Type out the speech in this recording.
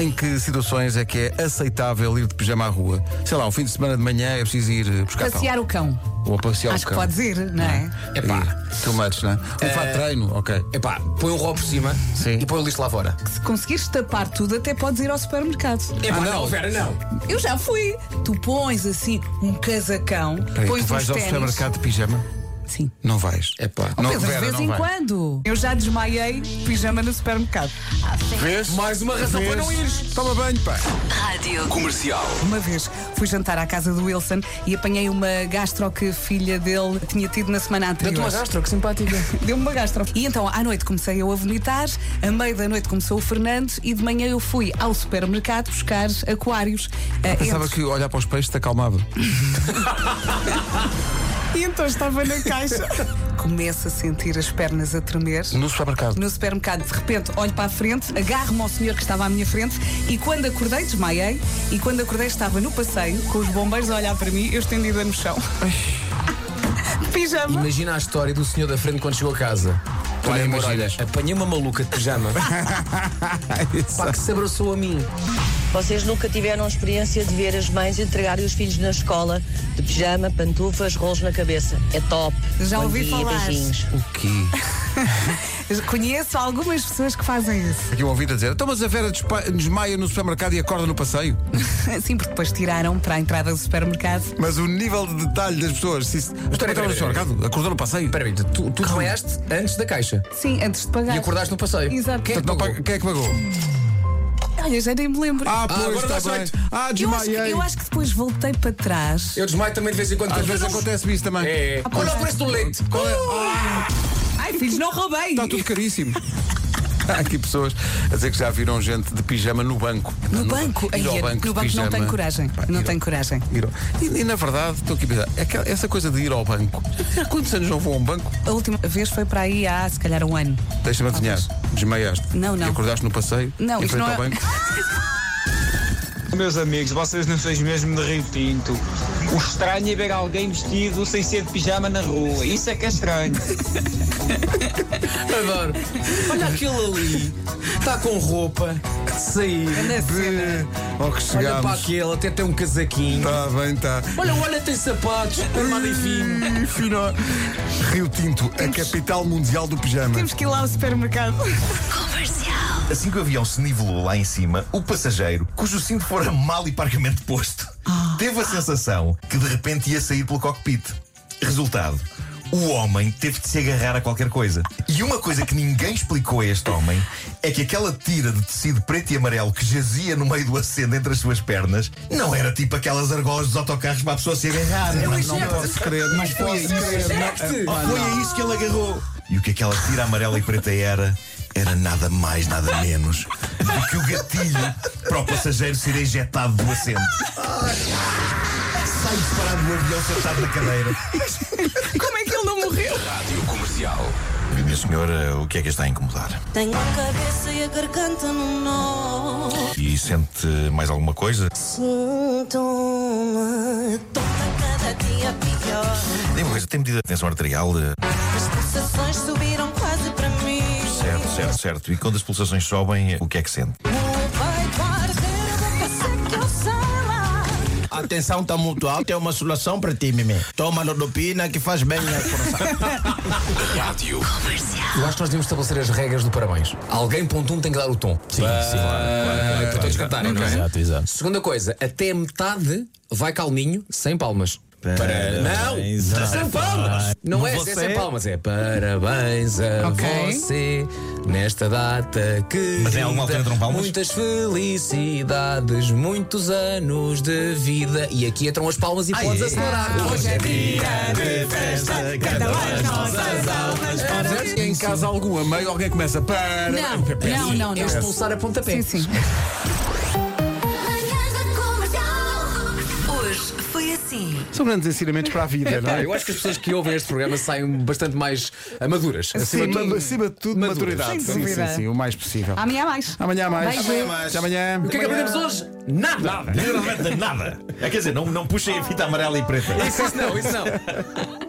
em que situações é que é aceitável ir de pijama à rua? Sei lá, um fim de semana de manhã é preciso ir buscar Passear o cão. pão. Ou passear Acho o que cão. podes ir, não é? Epá. Eh, Too much, não é? Um fato de treino, ok. Epá, põe um rol por cima Sim. e põe o lixo lá fora. Se conseguires tapar tudo, até podes ir ao supermercado. Epá, Ah, não, Vera, não. Eu já fui. Tu pões assim um casacão, Peraí, pões tu vais uns ao ténis. supermercado de pijama? Sim. Não vais. Epá. Não, Pedro, Vera, de vez não em vai. quando. Eu já desmaiei de pijama no supermercado. Vês? Mais uma razão para não ires. Toma banho, pá. Rádio Comercial. Uma vez fui jantar à casa do Wilson e apanhei uma gastro que a filha dele tinha tido na semana anterior. gastro, que simpática. Deu-me uma gastro. E então, à noite comecei eu a vomitar, a meio da noite começou o Fernando e de manhã eu fui ao supermercado buscar aquários. eh, Pensava entre- que olhar para os peixes te acalmava. Uhum. E então estava na caixa. Começo a sentir as pernas a tremer. No supermercado. No supermercado, de repente, olho para a frente, agarro-me ao senhor que estava à minha frente e quando acordei, desmaiei. E quando acordei, estava no passeio, com os bombeiros a olhar para mim, eu estendida no chão. Pijama. Imagina a história do senhor da frente quando chegou a casa. Tu nem amor, imaginas. apanhei uma maluca de pijama. Pá, que se abraçou a mim. Vocês nunca tiveram a experiência de ver as mães entregarem os filhos na escola de pijama, pantufas, rolos na cabeça. É top. Já Bom ouvi dia, falar. Beijinhos. O quê? Conheço algumas pessoas que fazem isso. Aqui um ouvido a dizer, então mas a Vera despa- desmaia no supermercado e acorda no passeio. Sim, porque depois tiraram para a entrada do supermercado. Mas o nível de detalhe das pessoas. Se... Mas tu Peraí, entrava no peraí, supermercado, acordou no passeio. é Espera aí, tu, tu desmaiaste antes da caixa Sim, antes de pagar. e acordaste no passeio. Exato. Quem é que Portanto, não pagou? paga- Quem é que pagou? Olha, já nem me lembro. Ah, pois, agora está dá bem. jeito. Ah, eu, acho que, desmaiei. eu acho que depois voltei para trás. Eu desmaio também de vez em quando. Às quando vezes vejo- acontece-me isso também. Ah, É. Olha o preço do leite. Qual é? Ai, filhos, não roubei! Está tudo caríssimo. Há aqui pessoas a dizer que já viram gente de pijama no banco. No banco, Ir ao Ai, banco, no de banco não pijama. tenho coragem. Pá, ir Não ao- tenho coragem. ir ao- E, e, na verdade, estou aqui a pensar, é que essa coisa de ir ao banco, há quantos anos não vou a um banco? A última vez foi para aí há se calhar um ano. Deixa-me adivinhar, desmaiaste. Não, não. E acordaste no passeio, Não, em isto frente não ao é- banco. Meus amigos, vocês não fez mesmo de Rio Tinto. O estranho é ver alguém vestido sem ser de pijama na rua. Isso é que é estranho. Adoro. Olha aquele ali. Está com roupa. Saiu. Anda cena. Ó Oh, que Olha para chegámos. aquele, até tem um casaquinho. Está bem, tá. está. Olha, olha, tem sapatos. Armado e fino. Ih, fino. Rio Tinto, a capital mundial do pijama. Temos que ir lá ao supermercado. Assim que o avião se nivelou lá em cima, o passageiro, cujo cinto fora mal e parcamente posto, teve a sensação que de repente ia sair pelo cockpit. Resultado: o homem teve de se agarrar a qualquer coisa. E uma coisa que ninguém explicou a este homem é que aquela tira de tecido preto e amarelo que jazia no meio do assento entre as suas pernas não era tipo aquelas argolas dos autocarros para a pessoa se agarrar. Não, não posso crer, não posso crer. não- Ah, foi a isso que ele agarrou. E o que aquela tira amarela e preta era, era nada mais, nada menos do que o gatilho para o passageiro ser ejetado do assento. Sai disparado do avião sentado na cadeira. Como é que ele não morreu? Rádio Comercial. Minha senhora, o que é que a está a incomodar? Tenho a cabeça e a garganta num nó. E sente mais alguma coisa? Sinto-me toda cada dia pior. Tem uma coisa, tem medida de tensão arterial? eh, As pulsações subiram quase para mim. Certo, certo, certo. E quando as pulsações sobem, eh, o que é que sente? O peito a arder, a boca seca, eu sei lá. A tensão está muito alta, é uma solução para ti, Mimi. Toma lodopina que faz bem né? ao coração. Rádio. Eu acho que nós devemos estabelecer as regras do parabéns. Alguém, ponto um, tem que dar o tom. Sim, sim. Para todos cantarem, não é? Exato, exato. Segunda coisa, até a metade vai calminho, sem palmas. Para... Não! Sem palmas! Não é, é sem palmas, é parabéns a Ok. você nesta data que. Mas é alguma altura entram palmas? Muitas felicidades, muitos anos de vida. E aqui entram as palmas e podes acelerar. Ah, Hoje é é assim, Em casa algum, a meio, alguém começa para. Não, não, não, é não. expulsar a Sim, pontapé. sim. Manhãs da comercial. Hoje foi assim. São grandes ensinamentos para a vida, não Pá, é? eu acho que as pessoas que ouvem este programa saem bastante mais ah, maduras. Acima, Acima de de tudo, tudo. acima de tudo, Maduras. maturidade. Sem Sim, sim, dúvida. sim, o mais possível. Amanhã há mais. Amanhã há mais. Beijo. Amanhã há Até amanhã. O que é que aprendemos hoje? Nada! Literalmente nada. É, quer dizer, não, não puxem a fita amarela e preta. Isso, isso não, isso não.